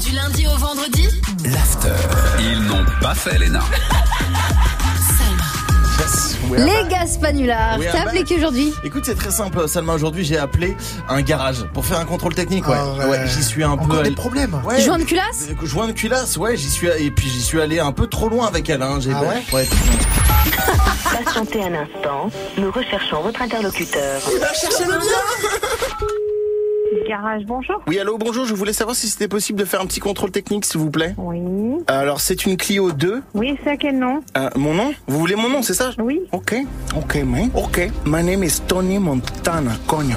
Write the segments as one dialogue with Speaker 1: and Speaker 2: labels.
Speaker 1: Du lundi au vendredi,
Speaker 2: L'after. Ils n'ont pas fait l'ENA.
Speaker 1: Salma.
Speaker 3: Les Gaspanulas,
Speaker 4: We are
Speaker 3: t'as
Speaker 4: back.
Speaker 3: appelé qui aujourd'hui
Speaker 4: Écoute, c'est très simple, Salma. Aujourd'hui, j'ai appelé un garage pour faire un contrôle technique. Ouais,
Speaker 5: Ah ouais.
Speaker 4: ouais j'y suis un
Speaker 5: Encore
Speaker 4: peu.
Speaker 5: des
Speaker 4: allé-
Speaker 5: problèmes.
Speaker 4: Ouais.
Speaker 3: Joint de culasse
Speaker 4: Euh, Joint de culasse, ouais, j'y suis et puis j'y suis allé un peu trop loin avec elle. Hein, j'ai
Speaker 5: Ah ouais
Speaker 6: Patientez un instant, nous recherchons votre interlocuteur.
Speaker 7: Garage, bonjour.
Speaker 4: Oui, allô, bonjour. Je voulais savoir si c'était possible de faire un petit contrôle technique, s'il vous plaît.
Speaker 7: Oui.
Speaker 4: Alors, c'est une Clio 2.
Speaker 7: Oui, c'est à quel nom
Speaker 4: Euh, mon nom Vous voulez mon nom, c'est ça
Speaker 7: Oui.
Speaker 4: Ok, ok, man. Ok. My name is Tony Montana. Cogno.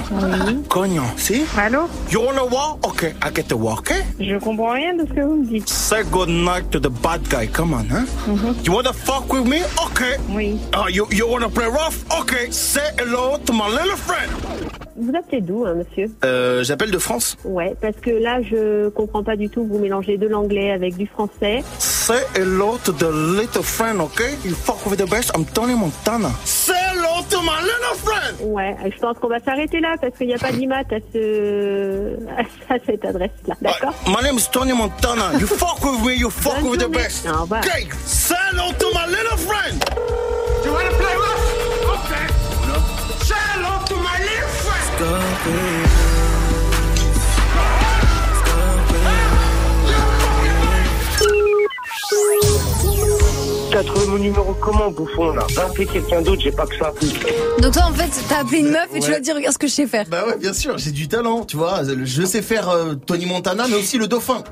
Speaker 4: Cogno. Si
Speaker 7: Allô
Speaker 4: You wanna walk Ok, I get to walk, ok
Speaker 7: Je comprends rien de ce que vous me dites.
Speaker 4: Say good night to the bad guy. Come on, huh?
Speaker 7: Mm-hmm.
Speaker 4: You wanna fuck with me? Okay.
Speaker 7: Oui.
Speaker 4: Uh, you you wanna play rough? Okay. Say hello to my little friend.
Speaker 7: Vous appelez d'où, hein, monsieur
Speaker 4: Euh, j'appelle de France.
Speaker 7: Ouais, parce que là, je comprends pas du tout. Vous mélangez de l'anglais avec du français.
Speaker 4: Say hello to the little friend, okay? You fuck with the best. I'm Tony Montana. Say hello to my little friend. Uh,
Speaker 7: Ouais, je pense qu'on va s'arrêter là parce qu'il n'y a pas d'IMAT à, ce... à cette adresse-là. D'accord
Speaker 4: Uh, my name is Tony Montana. You fuck with me. You fuck
Speaker 7: Bonne
Speaker 4: with the
Speaker 7: journée.
Speaker 4: best.
Speaker 7: Au revoir.
Speaker 4: Okay. Say hello to my little friend.
Speaker 8: You wanna play rough? Okay. Say hello to my little friend.
Speaker 9: T'as trouvé mon numéro comment, bouffon, là Va appeler quelqu'un d'autre, j'ai pas que ça.
Speaker 3: Donc toi en fait t'as appelé une meuf et tu
Speaker 4: Ouais.
Speaker 3: lui as dit regarde ce que je sais faire.
Speaker 4: Bah ouais, bien sûr, j'ai du talent, tu vois. Je sais faire euh, Tony Montana, mais aussi le dauphin.